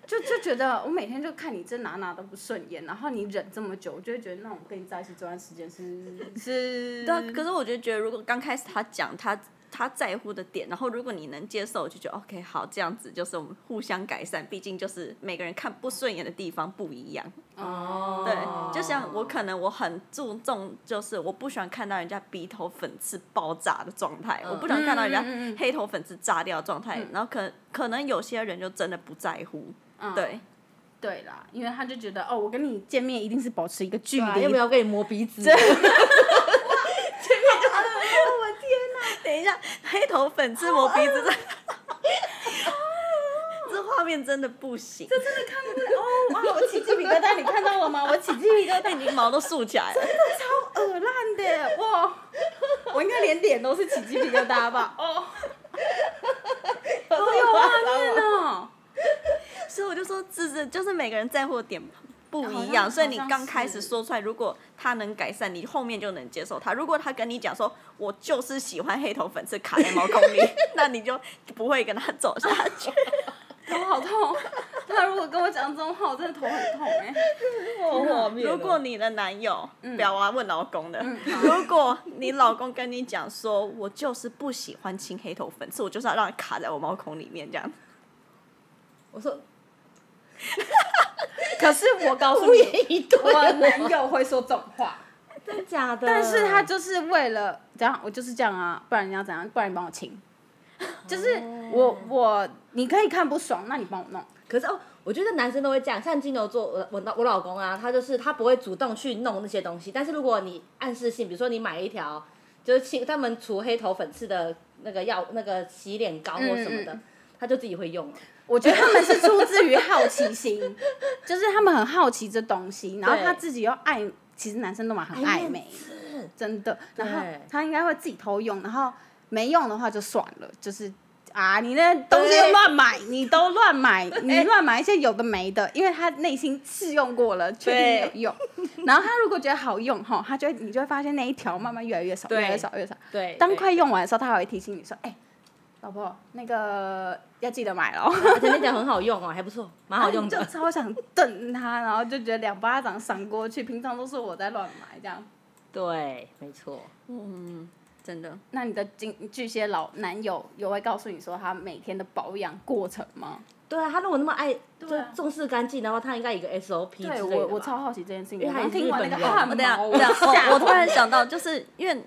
Speaker 1: 就就觉得我每天就看你这哪哪都不顺眼，然后你忍这么久，我就会觉得那我跟你在一起这段时间是是，
Speaker 2: 对啊，可是我就觉得，如果刚开始他讲他他在乎的点，然后如果你能接受，我就觉得 OK，好，这样子就是我们互相改善。毕竟就是每个人看不顺眼的地方不一样，
Speaker 1: 哦，
Speaker 2: 对，就像我可能我很注重，就是我不喜欢看到人家鼻头粉刺爆炸的状态，我不喜欢看到人
Speaker 1: 嗯嗯嗯嗯
Speaker 2: 家黑头粉刺炸掉的状态。然后可可能有些人就真的不在乎，
Speaker 1: 嗯
Speaker 2: 对，
Speaker 1: 对啦，因为他就觉得哦，我跟你见面一定是保持一个距
Speaker 3: 对啊又
Speaker 1: 离
Speaker 3: 没，有跟你磨鼻子，
Speaker 2: 等一下，黑头粉刺我鼻子这， 这画面真的不行，
Speaker 1: 哇，我起鸡皮疙瘩，你看到 了吗？我起鸡皮疙瘩，
Speaker 2: 你毛都竖起来
Speaker 1: 好
Speaker 2: 了。
Speaker 1: 恶烂的哇！我应该连脸都是起鸡皮疙瘩吧？ 哦，
Speaker 3: 都
Speaker 1: 有画面哦，
Speaker 2: 所以我就说，这这就是每个人在乎的点不一
Speaker 1: 好像
Speaker 2: 样，所以你
Speaker 1: 好像
Speaker 2: 刚开始
Speaker 1: 是
Speaker 2: 说出来，如果他能改善，你后面就能接受他。如果他跟你讲说，我就是喜欢黑头粉刺卡在毛孔 里，那你就不会跟他走下 去。
Speaker 1: 头好痛。他如果跟我讲这种话，我真的头很痛哎、
Speaker 3: 画面哦。
Speaker 2: 如果你的男友，
Speaker 1: 嗯
Speaker 2: 不要我啊要问老公的，如果你老公跟你讲说，我就是不喜欢清黑头粉刺，我就是要让它卡在我毛孔里面这样。
Speaker 3: 我说
Speaker 1: 可是我告诉
Speaker 3: 敷
Speaker 1: 你，
Speaker 3: 衍一顿，
Speaker 1: 我男友会说这种话。
Speaker 3: 真假 的？
Speaker 1: 但是他就是为了怎样，我就是这样啊，不然你要怎样？不然你帮我清，就是我我你可以看不爽，那你帮我弄。
Speaker 3: 可是哦，我觉得男生都会这样，像金牛座，我我我老公啊，他就是他不会主动去弄那些东西，但是如果你暗示性，比如说你买一条就是清他们除黑头粉刺的那个药，那个洗脸膏或什么的，
Speaker 1: 嗯嗯
Speaker 3: 他就自己会用了。
Speaker 1: 我觉得他们是出自于好奇心， 就是他们很好奇这东西，然后他自己又爱，其实男生都蛮很爱美，真的。然后
Speaker 3: 对
Speaker 1: 他应该会自己偷用，然后没用的话就算了，就是啊，你那东西又乱买，你都乱买，你乱买一些有的没的，因为他内心试用过了，确定有用。 然后他如果觉得好用哈，他就会你就会发现那一条慢慢越来越少，越
Speaker 3: 对
Speaker 1: 来越少，越来越少。
Speaker 3: 对，
Speaker 1: 当
Speaker 3: 对哎
Speaker 1: 快用完的时候，他还会提醒你说：“哎、老婆，那个要记得买了哦。”
Speaker 3: 而且那条很好用哦，还不错，蛮好用
Speaker 1: 就
Speaker 3: 的。
Speaker 1: 超想瞪他，然后就觉得两巴掌赏过去。平常都是我在乱买这样。
Speaker 3: 对，没错。
Speaker 2: 真的。
Speaker 1: 那你的巨巨蟹老男友有会告诉你说他每天的保养过程吗？
Speaker 3: 对啊，他如果那么爱，就
Speaker 1: 对啊
Speaker 3: 重视干净的话，他应该有一个 SOP 之类
Speaker 1: 对
Speaker 3: 的
Speaker 1: 我我
Speaker 3: 吧
Speaker 1: 超好奇这件事情。
Speaker 3: 因为
Speaker 1: 我
Speaker 3: 他
Speaker 1: 刚
Speaker 3: 也是
Speaker 1: 听完
Speaker 3: 日
Speaker 1: 那
Speaker 3: 本
Speaker 1: 个
Speaker 3: 人
Speaker 1: 汗
Speaker 2: 我啊等一下，
Speaker 1: 毛，
Speaker 2: 等
Speaker 1: 我
Speaker 2: 一下，
Speaker 1: 吓
Speaker 2: 我我突然
Speaker 1: 到
Speaker 2: 想到，就是因为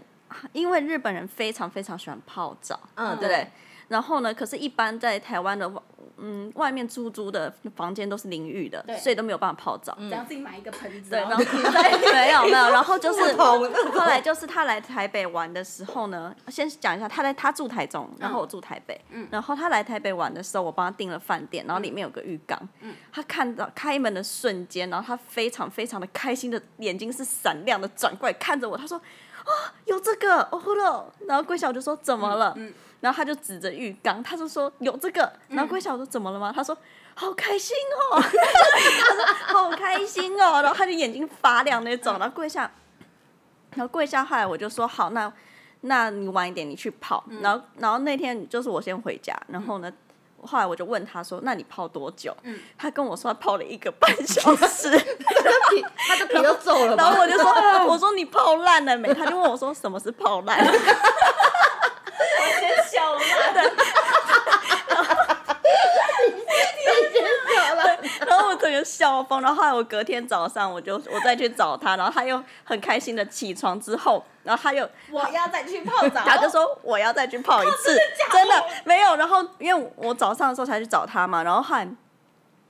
Speaker 2: 因为日本人非常非常喜欢泡澡，
Speaker 3: 嗯
Speaker 2: 对不对？然后呢，可是，一般在台湾的外嗯外面租租的房间都是淋浴的
Speaker 1: 对，嗯
Speaker 2: 所以都没有办法泡澡。
Speaker 1: 只要自己买一个盆子，
Speaker 2: 对，
Speaker 1: 然
Speaker 2: 然
Speaker 1: 后
Speaker 2: 后 对没有没有，然后就是
Speaker 3: 桶
Speaker 2: 后来就是他来台北玩的时候呢，先讲一下，他来他住台中，然后我住台北，然后他来台北玩的时候，我帮他订了饭店，然后里面有个浴缸，他看到开门的瞬间，然后他非常非常的开心的眼睛是闪亮的，转过来看着我，他说。啊，有这个哦呼了，然后桂小我就说怎么了？然后他就指着浴缸，他就说有这个，然后桂小我说怎么了吗？他说好开心哦， 好开心哦，然后他就眼睛发亮那种，然后跪下，然后跪下，后来我就说好，那那你晚一点你去泡，然后然后那天就是我先回家，然后呢，后来我就问他说，那你泡多久？他跟我说他泡了一个半小时，
Speaker 3: 他的皮都皱了
Speaker 2: 然后
Speaker 3: 吧？
Speaker 2: 我就说我说你泡烂了没？他就问我说什么是泡烂？
Speaker 1: 先笑了，
Speaker 2: 然后我整个笑疯，然后后来我隔天早上我就我再去找他，然后他又很开心的起床之后，然后他又
Speaker 1: 我要再去泡澡。
Speaker 2: 他就说我要再去泡一次，真的没有。然后因为我早上的时候才去找他嘛，然后后来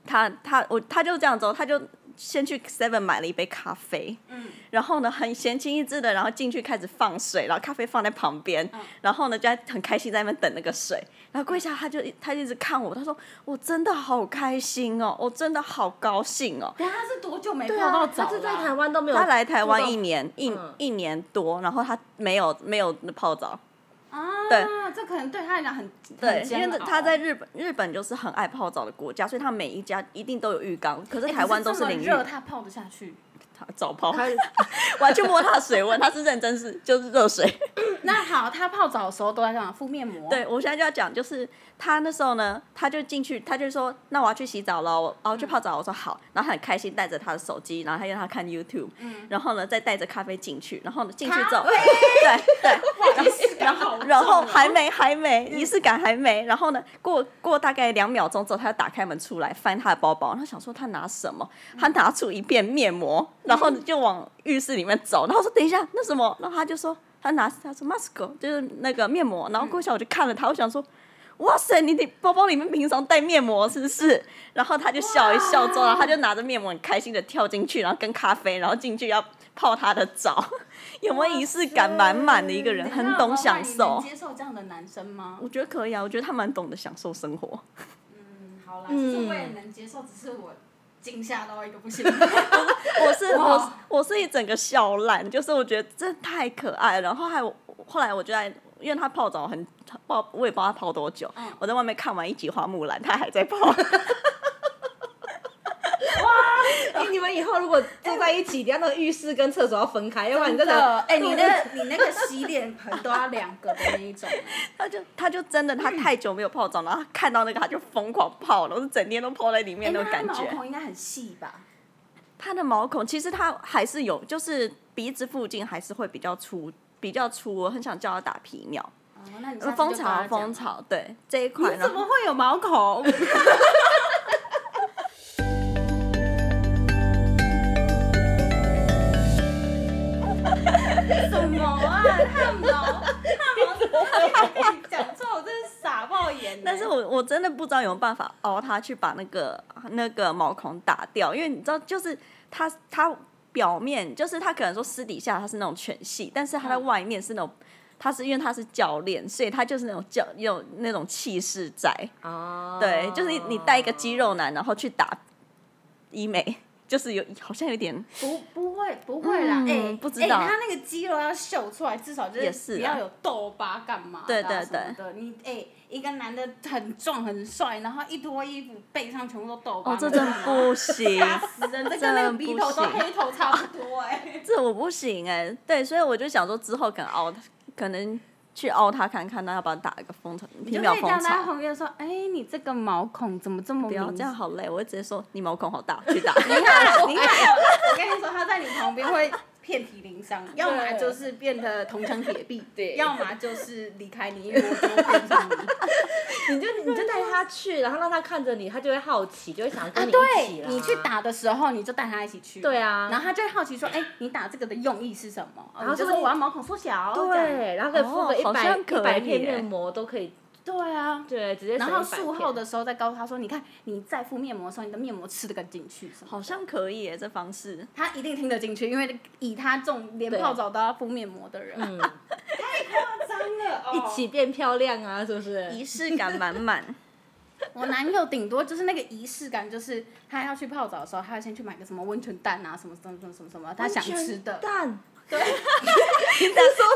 Speaker 2: 他他我他就这样哦走，他就先去 Seven 买了一杯咖啡，
Speaker 1: 嗯
Speaker 2: 然后呢很闲情逸致的，然后进去开始放水，然后咖啡放在旁边，
Speaker 1: 嗯
Speaker 2: 然后呢就在很开心在那边等那个水，然后跪下他就他就一直看我，他说我真的好开心哦，我真的好高兴哦，
Speaker 1: 等一下他是多久没泡
Speaker 3: 对
Speaker 1: 到
Speaker 3: 啊，
Speaker 1: 澡
Speaker 3: 他
Speaker 1: 了
Speaker 3: 是在
Speaker 1: 啊？
Speaker 3: 台湾都没有。
Speaker 2: 他来台湾一，年一、
Speaker 3: 嗯
Speaker 2: 一年多，然后他没有没有泡澡。
Speaker 1: 啊，
Speaker 2: 对，
Speaker 1: 这可能对他来讲很
Speaker 2: 对
Speaker 1: 很，啊
Speaker 2: 因
Speaker 1: 煎
Speaker 2: 为
Speaker 1: 熬
Speaker 2: 他在日本，日本就是很爱泡澡的国家，所以他每一家一定都有浴缸，可是台湾都
Speaker 1: 哎可这么
Speaker 2: 淋浴，
Speaker 1: 热，他泡得下去。
Speaker 2: 他 早泡。
Speaker 3: 他
Speaker 2: 我还去摸他的水温，他是认真是就是 热水。
Speaker 1: 哦那好，他泡澡的时候都在干嘛？敷面膜。
Speaker 2: 对，我现在就要讲，就是他那时候呢，他就进去，他就说：“那我要去洗澡了，我哦
Speaker 1: 嗯
Speaker 2: 去泡澡。”我说好，然后他很开心，带着他的手机，然后他让他看 YouTube，、然
Speaker 1: 嗯
Speaker 2: 后呢再带着咖啡进去，然后呢进去之后， 对对，
Speaker 1: 哇，仪式感好重哦，
Speaker 2: 然后还没还没仪式感还没，然后呢，过过大概两秒钟之后，他打开门出来，翻他的包包，然后想说他拿什么，他拿出一片面膜，然后就往浴室里面走，然后说等一下那什么，然后他就说他拿他说 mask 就是那个面膜，然后过一下我就看了他，我想说。哇塞，你的包包里面平常带面膜是不是？然后他就笑一笑，之后然后他就拿着面膜很开心的跳进去，然后跟咖啡，然后进去要泡他的澡， 有没有仪式感满满的一个人，
Speaker 1: 那
Speaker 2: 很
Speaker 1: 老
Speaker 2: 懂
Speaker 1: 板
Speaker 2: 享
Speaker 1: 你
Speaker 2: 受
Speaker 1: 能。接受这样的男生吗？
Speaker 2: 我觉得可以啊，我觉得他蛮懂得享受生活。
Speaker 1: 嗯，好啦，
Speaker 3: 嗯
Speaker 1: 其实我也能接受，只是我惊吓到一个不 行。
Speaker 2: 我是
Speaker 1: 哇
Speaker 2: 我是我是一整个笑烂，就是我觉得真的太可爱了。然后还有后来我就在，因为他泡澡很泡，我也不知道他泡多久。
Speaker 1: 嗯
Speaker 2: 我在外面看完一集花木兰，他还 在泡。
Speaker 3: 哎你们以后如果住在一起，一定要那个浴室跟厕所要分 开，要不然你真
Speaker 1: 的，
Speaker 3: 的
Speaker 1: 哎、你那你那个洗脸盆都要两个的那一 种，
Speaker 2: 他就他就真的他太久没有泡澡，然后他看到那个他就疯狂泡了，我是整天都泡在里
Speaker 1: 哎
Speaker 2: 面
Speaker 1: 那
Speaker 2: 那种
Speaker 1: 他
Speaker 2: 感
Speaker 1: 毛
Speaker 2: 觉。
Speaker 1: 孔应该很细吧？
Speaker 2: 他的毛孔其实他还是有，就是鼻子附近还是会比较粗。比较粗，我很想叫他打皮秒。
Speaker 1: 哦，那你下次就
Speaker 2: 蜂
Speaker 1: 跟
Speaker 2: 巢，啊
Speaker 1: 他讲
Speaker 2: 蜂，巢，对这一款。然后
Speaker 1: 会有毛 孔？什么啊，汗毛，汗毛， 讲错，我真是傻爆眼欸。
Speaker 2: 但是我我真的不知道有没有办法熬它去把那个那个毛孔打掉，因为你知道，就是它它表面就是它可能说私底下它是那种犬系，但是它在
Speaker 1: 嗯
Speaker 2: 外面是那种，它是因为它是教练，所以它就是那种教有那种气势在。
Speaker 3: 哦
Speaker 2: 对，就是你带一个肌肉男，然后去打医美，就是有好像有点
Speaker 1: 不不会不会啦，哎、
Speaker 2: 嗯不知道
Speaker 1: 哎他那个肌肉要秀出来，至少就
Speaker 2: 也
Speaker 1: 是
Speaker 2: 是啊
Speaker 1: 不要有痘疤干嘛的啊、
Speaker 2: 对对对
Speaker 1: 什么的，你哎、一个男的很壮很帅，然后一脱衣服背上全部都痘疤，
Speaker 2: 哦，这 真
Speaker 1: 那干嘛
Speaker 2: 不行，
Speaker 1: 吓死人，这跟那个
Speaker 2: 真
Speaker 1: 鼻
Speaker 2: 不
Speaker 1: 头都
Speaker 2: 行
Speaker 1: 黑头差不多哎、
Speaker 2: 这我不行哎、对，所以我就想说之后可能凹他，可能去凹他看看，那要不要打一个风头
Speaker 1: 你
Speaker 2: 皮
Speaker 1: 就
Speaker 2: 秒
Speaker 1: 可以
Speaker 2: 风
Speaker 1: 叫他
Speaker 2: 潮？
Speaker 1: 红月说，哎、你这个毛孔怎么这么
Speaker 2: 不
Speaker 1: 明
Speaker 2: 要
Speaker 1: 显？
Speaker 2: 这样好累，我会直接说你毛孔好大，去打。
Speaker 1: 你看， 你看，我跟你说，他在你旁边会遍体鳞 伤，要么就是变得铜墙铁壁，
Speaker 3: 对
Speaker 1: 要么就是离开你，因为我就变成你。
Speaker 3: 你就你就带他去，然后让他看着你，他就会好奇，就会想
Speaker 1: 啊，
Speaker 3: 跟你一起
Speaker 1: 对
Speaker 3: 啦。
Speaker 1: 你去，打的时候，你就带他一起去。
Speaker 3: 对啊
Speaker 1: 然后他就会好奇说：“哎，你打这个的用意是什么？”哦
Speaker 3: 然后
Speaker 1: 你就
Speaker 3: 说
Speaker 1: 说
Speaker 3: 你
Speaker 1: 我要毛孔缩小。这样
Speaker 3: 对，然后可以敷个
Speaker 2: 哦
Speaker 3: 一
Speaker 2: 好
Speaker 3: 百
Speaker 2: 像可以
Speaker 3: 一百片
Speaker 2: 耶
Speaker 3: 面膜都可以，
Speaker 1: 对啊。
Speaker 3: 对，直接
Speaker 1: 然
Speaker 3: 省
Speaker 1: 后
Speaker 3: 100
Speaker 1: 术
Speaker 3: 片
Speaker 1: 后的时候再告诉他说：“你看，你在敷面膜的时候，你的面膜吃的更进去。”什么的
Speaker 2: 好像可以、欸、这方式，
Speaker 1: 他一定听得进去，因为以他这种连
Speaker 3: 对
Speaker 1: 泡澡都要敷面膜的人，
Speaker 3: 嗯
Speaker 1: 夸张了哦
Speaker 3: 一起变漂亮啊，是不是？
Speaker 2: 仪式感满满。
Speaker 1: 我男友顶多就是那个仪式感，就是他要去泡澡的时候，他要先去买个什么温泉蛋啊，什么什么什么什么什么，他想吃的。
Speaker 3: 蛋，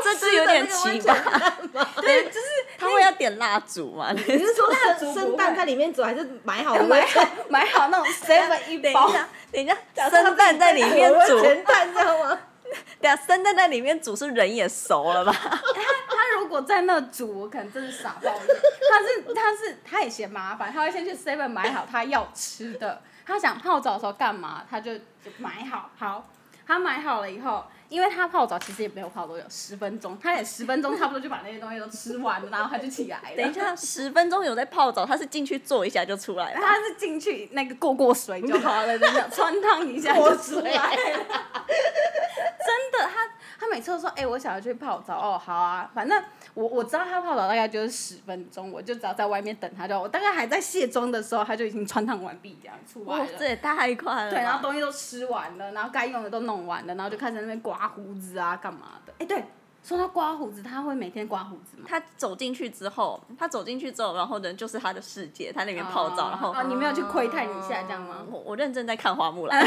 Speaker 2: 这是有点奇葩，
Speaker 1: 对，就是
Speaker 2: 他会要点蜡烛吗？
Speaker 3: 你是说
Speaker 1: 蜡烛
Speaker 3: 生
Speaker 1: 不
Speaker 3: 生
Speaker 1: 会
Speaker 3: 蛋在里面煮，还是买好的
Speaker 1: 买
Speaker 3: 温泉
Speaker 1: 好买好那种 seven 一
Speaker 2: 等
Speaker 1: 包
Speaker 2: 一，下，等一下，生蛋在里面煮，
Speaker 3: 温泉蛋，知 道吗？
Speaker 2: 等一下啊生蛋在里面煮是人也熟了吧？
Speaker 1: 他如果在那煮，我可能真是傻爆眼。 他是他是他也嫌麻烦，他会先去 Seven 买好他要吃的，他想泡澡的时候干嘛，他就就买好。好，他买好了以后，因为他泡澡其实也没有泡多久，十分钟，他也十分钟差不多就把那些东西都吃完了，然后他就起来了。
Speaker 2: 等一，下，十分钟有在泡澡，他是进去坐一下就出来了。
Speaker 1: 他是进去那个过过水就好 了，真的穿烫一下
Speaker 3: 过
Speaker 1: 就出
Speaker 3: 水
Speaker 1: 来了。真的，他他每次都说：“哎、我想要去泡澡哦，好啊，反正我我知道他泡澡大概就是十分钟，我就只要在外面等他就好。我大概还在卸妆的时候，他就已经穿烫完毕这样出来
Speaker 2: 哇，这
Speaker 1: 了。
Speaker 2: 也太快了吧。
Speaker 1: 对，然后东西都吃完了，然后该用的都弄完了，然后就开始在那边刮胡子啊，干嘛的？哎、对，说到刮胡子，他会每天刮胡子吗？
Speaker 2: 他走进去之后，他走进去之后，然后呢就是他的世界，他那边泡澡，然后、
Speaker 1: 啊，你没有去窥探一下这样吗？
Speaker 2: 我我认真在看花木 兰，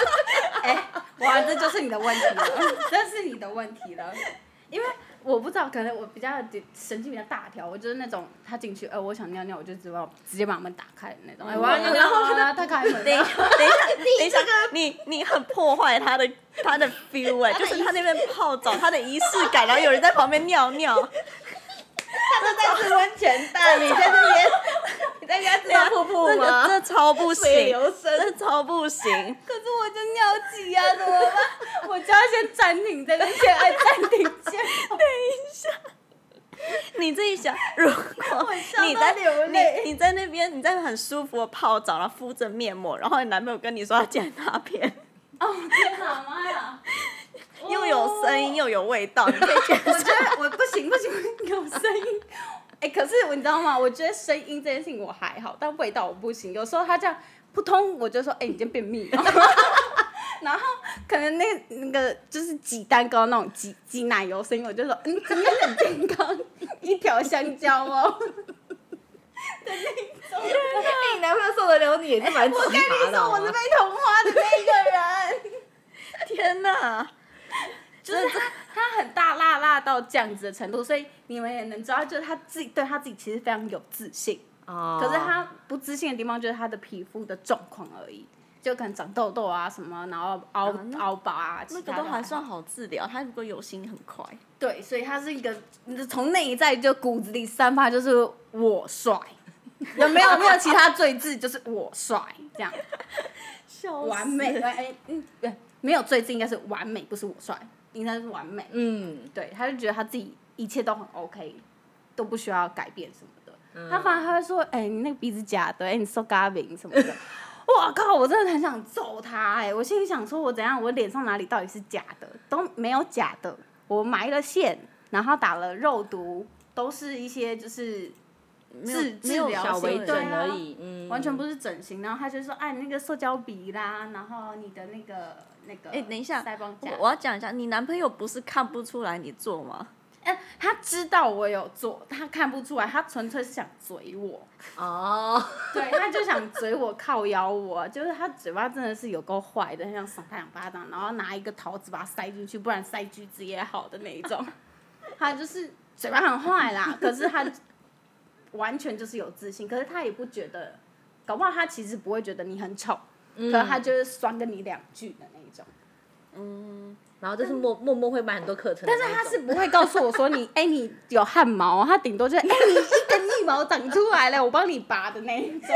Speaker 1: 哎、哇，这就是你的问题了，这是你的问题了，因为我不知道，可能我比较神经比较大条，我就是那种他进去，呃，我想尿尿，我就直接直接把门打开的那种，哎、我要尿尿，
Speaker 2: 然后
Speaker 1: 他他开门，
Speaker 2: 等一下，等一下，等一下，你你很破坏他的他的 feel 哎、就是他那边泡澡，他的仪式感，然后有人在旁边尿尿，
Speaker 3: 他是温泉蛋，你在这边，你在家知道瀑布
Speaker 2: 这
Speaker 3: 吗
Speaker 2: 啊个？这超不
Speaker 3: 水
Speaker 2: 行，
Speaker 3: 流声，
Speaker 2: 这超不行，
Speaker 1: 可是我就尿急啊，怎么办？我就要先暂停这个，先按哎暂停 键，
Speaker 2: 你自己想，如果
Speaker 1: 笑
Speaker 2: 你
Speaker 1: 到
Speaker 2: 在
Speaker 1: 流泪
Speaker 2: 你你在那边你在很舒服的泡澡，然后敷着面膜，然后你男朋友跟你说他竟然拿片，
Speaker 1: 哦，天哪，妈呀！哦
Speaker 2: 又有声音又有味道，你可以接
Speaker 1: 我觉得我不行不行，不行有声音。哎、可是我你知道吗？我觉得声音这件事情我还好，但味道我不行。有时候他这样扑通，我就说：“哎、你今天便秘 了。”然后可能那那个就是挤蛋糕那种挤挤奶油声音，我就说：“嗯，今天很健康，一条香蕉哦。
Speaker 3: 哎你男朋友受得了你也是蛮奇
Speaker 1: 我跟
Speaker 3: 葩
Speaker 1: 你
Speaker 3: 的
Speaker 1: 说，
Speaker 3: 好
Speaker 1: 我是
Speaker 3: 吗。
Speaker 1: 被同化的那一个人。
Speaker 2: 天哪！
Speaker 1: 就是他，他很大辣辣到这样子的程度，所以你们也能知道，就是他自己对他自己其实非常有自信。
Speaker 3: 哦
Speaker 1: 可是他不自信的地方就是他的皮肤的状况而已，就可能长痘痘啊什么，然后凹、
Speaker 2: 啊那
Speaker 1: 凹疤啊，其
Speaker 2: 那个
Speaker 1: 他的
Speaker 2: 都还算好治疗，他如果有心很快。
Speaker 1: 对，所以他是一个从内在就骨子里散发就是我帅，有没有没有其他罪字，就是我帅这样，
Speaker 2: 笑
Speaker 1: 完美，哎哎嗯对，没有罪字应该是完美，不是我帅，应该是完美，
Speaker 3: 嗯，
Speaker 1: 对，他就觉得他自己一切都很 OK，都不需要改变什么的。
Speaker 2: 嗯
Speaker 1: 他反而还会说：“哎、你那个鼻子假的，哎、你瘦嘎饼什么的。” 我靠！我真的很想揍他哎、我心里想说，我怎样？我脸上哪里到底是假的？都没有假的，我埋了线，然后打了肉毒，都是一些就是
Speaker 2: 没有
Speaker 1: 治
Speaker 2: 没
Speaker 1: 治
Speaker 2: 有
Speaker 1: 疗
Speaker 3: 小
Speaker 1: 性
Speaker 3: 微
Speaker 1: 的
Speaker 3: 整
Speaker 1: 对啊
Speaker 3: 而已，嗯，
Speaker 1: 完全不是整形。然后他就说：“哎、你那个塑胶鼻啦，然后你的那个那个……
Speaker 2: 哎、等一下
Speaker 1: 腮帮，夹
Speaker 2: 我我要讲一下，你男朋友不是看不出来你做吗？
Speaker 1: 嗯，他知道我有做，他看不出来，他纯粹是想嘴我，
Speaker 3: 哦，
Speaker 1: 对，他就想嘴我、靠咬我，就是他嘴巴真的是有够坏的，很想赏他两巴掌，然后拿一个桃子把它塞进去，不然塞橘子也好的那一种。他就是嘴巴很坏啦，可是他完全就是有自信，可是他也不觉得，搞不好他其实不会觉得你很丑，可是他就是酸跟你两句的那一种。
Speaker 3: 然后就是默默默会买很多课程的
Speaker 1: 但
Speaker 3: 那
Speaker 1: 是
Speaker 3: 种，
Speaker 1: 他是不会告诉我说 你，哎、你有汗毛，他顶多就是，哎、你一根腋毛长出来了，我帮你拔的那一种。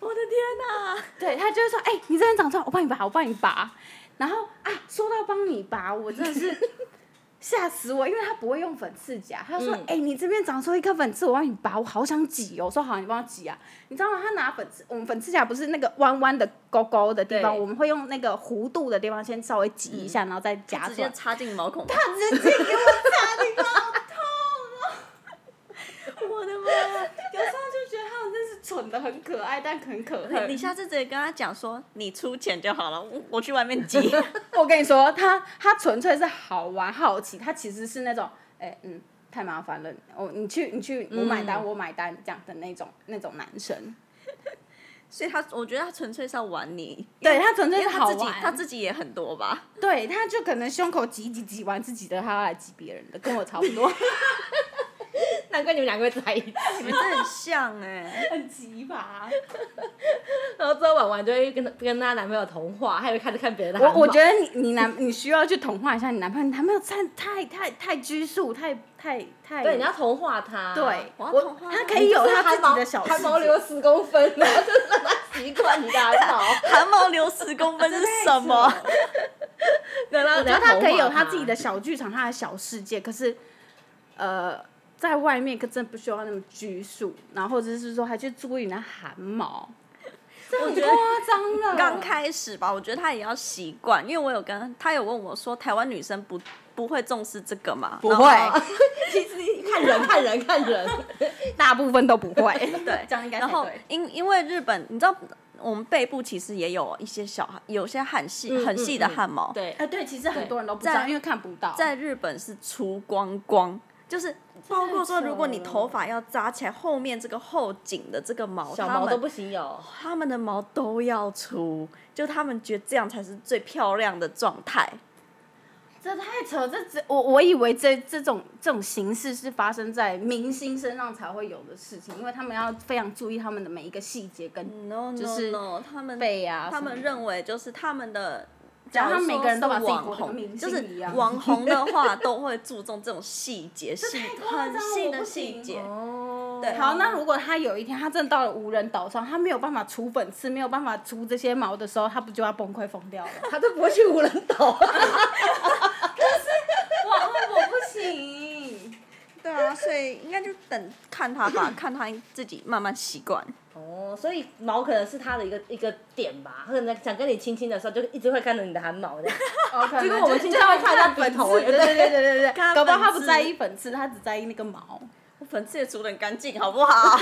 Speaker 2: 我的天哪、
Speaker 1: 对他就会说，哎、你这边长出来，我帮你拔，我帮你拔。然后啊，说到帮你拔，我真的是 吓死我，因为他不会用粉刺夹，他说，哎、
Speaker 3: 嗯
Speaker 1: 你这边长出一颗粉刺，我帮你拔，我好想挤哦。我说好，你帮我挤啊。你知道吗？他拿粉刺，我们粉刺夹不是那个弯弯的勾勾的地方，
Speaker 3: 对
Speaker 1: 我们会用那个弧度的地方先稍微挤一下，然后再夹
Speaker 2: 直
Speaker 1: 出来
Speaker 2: 接。插进 毛孔，
Speaker 1: 嗯他直接给我扎你好痛哦！
Speaker 2: 我的妈呀！
Speaker 1: 有时候就觉得他们真是蠢的很可爱，但很可恨。
Speaker 2: 你下次直接跟他讲说，你出钱就好了，我我去外面 挤。
Speaker 1: 我跟你说，他他纯粹是好玩好奇，他其实是那种，哎、嗯，太麻烦了，哦，你去你去，我买单、我买单这样的那种那种男生。
Speaker 2: 所以他，我觉得他纯粹是要玩你，
Speaker 1: 对他纯
Speaker 2: 因
Speaker 1: 粹
Speaker 2: 为
Speaker 1: 是
Speaker 2: 他
Speaker 1: 好
Speaker 2: 自己
Speaker 1: 玩，
Speaker 2: 他自己也很多吧。
Speaker 1: 对他就可能胸口挤一挤挤完自己的，他要来挤别人的，跟我差不 多，
Speaker 3: 难怪你们两个会在一起。
Speaker 2: 你欸们真的很像哎、
Speaker 1: 很奇葩。
Speaker 3: 然后之后婉婉就会跟她跟她男朋友同化，她也会开始看别人的
Speaker 1: 我
Speaker 3: 韩
Speaker 1: 我
Speaker 3: 版
Speaker 1: 觉得你你男你需要去同化一下你男朋友，你男朋友太太太太拘束，太太太
Speaker 3: 对，你要同化他。
Speaker 1: 对，
Speaker 2: 我要同化
Speaker 1: 他
Speaker 2: 他
Speaker 1: 可以有他自己的小
Speaker 3: 汗
Speaker 1: 世
Speaker 3: 毛
Speaker 1: 界
Speaker 3: 留十公分，然后 就是让他习惯你的汗 毛，
Speaker 2: 汗毛留十公分是什么？
Speaker 1: 哦
Speaker 3: 然后
Speaker 1: 我觉得他可以有他自己的小剧场，他的小世界。可是，呃，在外面可真的不需要那么拘束，然后或者是说还去注意你的汗毛，这
Speaker 2: 我
Speaker 1: 很
Speaker 2: 觉
Speaker 1: 夸
Speaker 2: 得
Speaker 1: 张了。
Speaker 2: 刚开始吧，我觉得他也要习惯，因为我有跟他有问我说，台湾女生不不会重视这个嘛？
Speaker 1: 不
Speaker 2: 然后
Speaker 1: 会，
Speaker 3: 哦其实看人看人看人，
Speaker 1: 大部分都不 会。
Speaker 2: 对，
Speaker 1: 这样应该才
Speaker 2: 然后
Speaker 1: 对
Speaker 2: 因因为日本，你知道我们背部其实也有一些小有些汗细
Speaker 3: 嗯
Speaker 2: 很细的汗毛，
Speaker 3: 对，
Speaker 1: 哎，对，其实很多人都不知
Speaker 2: 在
Speaker 1: 道，因为看不到。
Speaker 2: 在日本是除光光，就是包括说，如果你头发要扎起来，后面这个后颈的这个毛，
Speaker 3: 小
Speaker 2: 他
Speaker 3: 毛
Speaker 2: 们
Speaker 3: 都不行有。
Speaker 2: 他们的毛都要除，就他们觉得这样才是最漂亮的状态。
Speaker 1: 这太扯，这只我我以为这这种这种形式是发生在明星身上才会有的事情，因为他们要非常注意他们的每一个细节跟
Speaker 2: No no
Speaker 1: 就是
Speaker 2: no，他们
Speaker 1: 背啊
Speaker 2: 他
Speaker 1: 什
Speaker 2: 们
Speaker 1: 么的
Speaker 2: 认为就是他们的。
Speaker 1: 假如
Speaker 2: 假
Speaker 1: 他
Speaker 2: 如
Speaker 1: 们每个人都把
Speaker 2: 说
Speaker 1: 自
Speaker 2: 是
Speaker 1: 己
Speaker 2: 网
Speaker 1: 活得跟
Speaker 2: 红，
Speaker 1: 明
Speaker 2: 就
Speaker 1: 星
Speaker 2: 是
Speaker 1: 一样
Speaker 2: 网红的话都会注重这种细 节，细
Speaker 1: 夸张
Speaker 2: 很
Speaker 1: 了
Speaker 2: 细
Speaker 1: 我
Speaker 2: 的
Speaker 1: 不
Speaker 2: 细
Speaker 1: 行
Speaker 2: 节。
Speaker 3: 哦，
Speaker 2: 对啊
Speaker 1: 好，那如果他有一天他真的到了无人岛上，他没有办法除粉刺，没有办法除这些毛的时候，他不就要崩溃疯掉了？
Speaker 3: 他都不会去无人岛。
Speaker 1: 哇，我不行。
Speaker 2: 对啊，所以应该就等看他吧，看他自己慢慢习惯。
Speaker 3: 哦，所以毛可能是他的一个一个点吧，他可能想跟你亲亲的时候，就一直会看着你的汗毛这样。
Speaker 1: OK，
Speaker 3: 结果我们今天会看到
Speaker 1: 粉
Speaker 3: 鼻
Speaker 1: 刺，
Speaker 3: 头
Speaker 1: 对对对对对对，
Speaker 2: 看
Speaker 1: 搞
Speaker 2: 到
Speaker 1: 不好他
Speaker 2: 粉
Speaker 1: 不
Speaker 2: 刺
Speaker 1: 在意粉刺，他只在意那个毛。
Speaker 2: 我粉刺也除的很干净，好不好？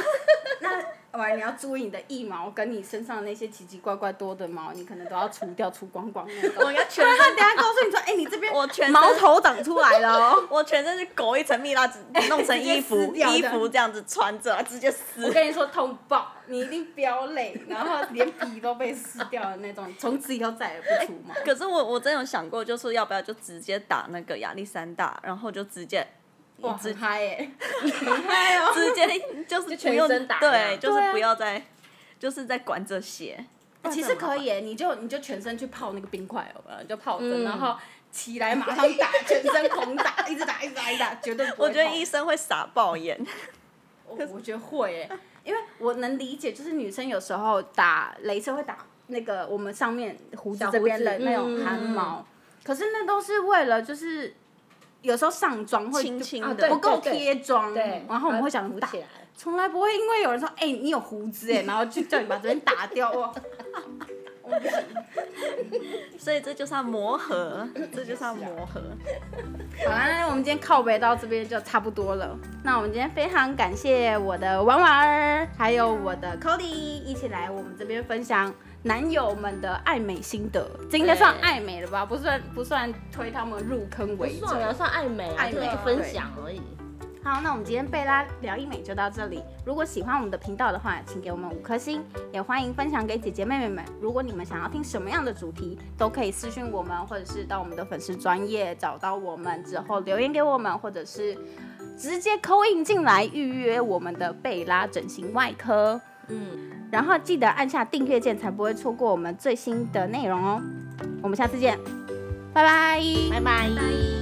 Speaker 1: 那完，你要注意你的腋毛跟你身上那些奇奇怪怪多的毛，你可能都要除掉，除光光那种。
Speaker 2: 我应该全
Speaker 1: 他
Speaker 2: 身
Speaker 1: 等一下告诉你说，哎、你这边
Speaker 2: 我全身
Speaker 1: 毛头长出来了哦。
Speaker 2: 我全身是裹一层蜜蜡纸，弄成衣服
Speaker 1: 直接撕，掉这
Speaker 2: 衣
Speaker 1: 样
Speaker 2: 服这样子穿着，直接撕
Speaker 1: 我。跟你说痛爆，你一定飙泪，然后连皮都被撕掉的那种，从此以后再也不出毛。
Speaker 2: 可是我我真有想过，就是要不要就直接打那个亚历山大，然后就直 接
Speaker 1: 哇，
Speaker 2: 直
Speaker 1: 很嗨耶、很嗨哦！
Speaker 2: 直接就是
Speaker 3: 哎就
Speaker 2: 不
Speaker 3: 全
Speaker 2: 用
Speaker 3: 身打
Speaker 2: 对，
Speaker 3: 这样
Speaker 2: 就是
Speaker 1: 对啊
Speaker 2: 不要再、就是在管这些。
Speaker 1: 其实可以耶、你就你就全身去泡那个冰块，有没有？就泡着，然后起来马上打，全身狂 打，一直打，一直打，一直打，绝对不会痛。
Speaker 2: 我觉得医生会傻爆眼，
Speaker 1: 我我觉得会耶、因为我能理解，就是女生有时候打镭射会打那个我们上面胡子
Speaker 3: 小
Speaker 1: 这
Speaker 3: 胡
Speaker 1: 边
Speaker 3: 子
Speaker 1: 的那种
Speaker 3: 嗯
Speaker 1: 汗毛，可是那都是为了就是有时候上妆会
Speaker 2: 轻
Speaker 1: 就
Speaker 2: 轻
Speaker 3: 啊
Speaker 2: 的。
Speaker 3: 对
Speaker 1: 不够贴妆，
Speaker 3: 对，
Speaker 1: 然后我们会想
Speaker 3: 扶
Speaker 1: 打
Speaker 3: 起，来。
Speaker 1: 从来不会因为有人说，哎、你有胡子哎，然后就叫你把这边打掉哦。我不行
Speaker 2: 所以这就是要磨合，这就是要磨合。
Speaker 1: 好啦，那我们今天靠北到这边就差不多了。那我们今天非常感谢我的婉婉儿，还有我的 Cody 一起来我们这边分享男友们的爱美心得，这应该算爱美了吧？不算不算推他们入坑
Speaker 3: 不
Speaker 1: 为主。
Speaker 3: 算啊，算爱美啊，
Speaker 1: 爱
Speaker 3: 就
Speaker 1: 美
Speaker 3: 是
Speaker 1: 啊
Speaker 3: 分享而已。
Speaker 1: 好，那我们今天贝拉聊医美就到这里。如果喜欢我们的频道的话，请给我们五颗星，也欢迎分享给姐姐妹妹们。如果你们想要听什么样的主题，都可以私讯我们，或者是到我们的粉丝专业找到我们之后留言给我们，或者是直接扣印进来预约我们的贝拉整形外科。
Speaker 3: 嗯，
Speaker 1: 然后记得按下订阅键，才不会错过我们最新的内容哦。我们下次见，拜拜
Speaker 3: 拜拜。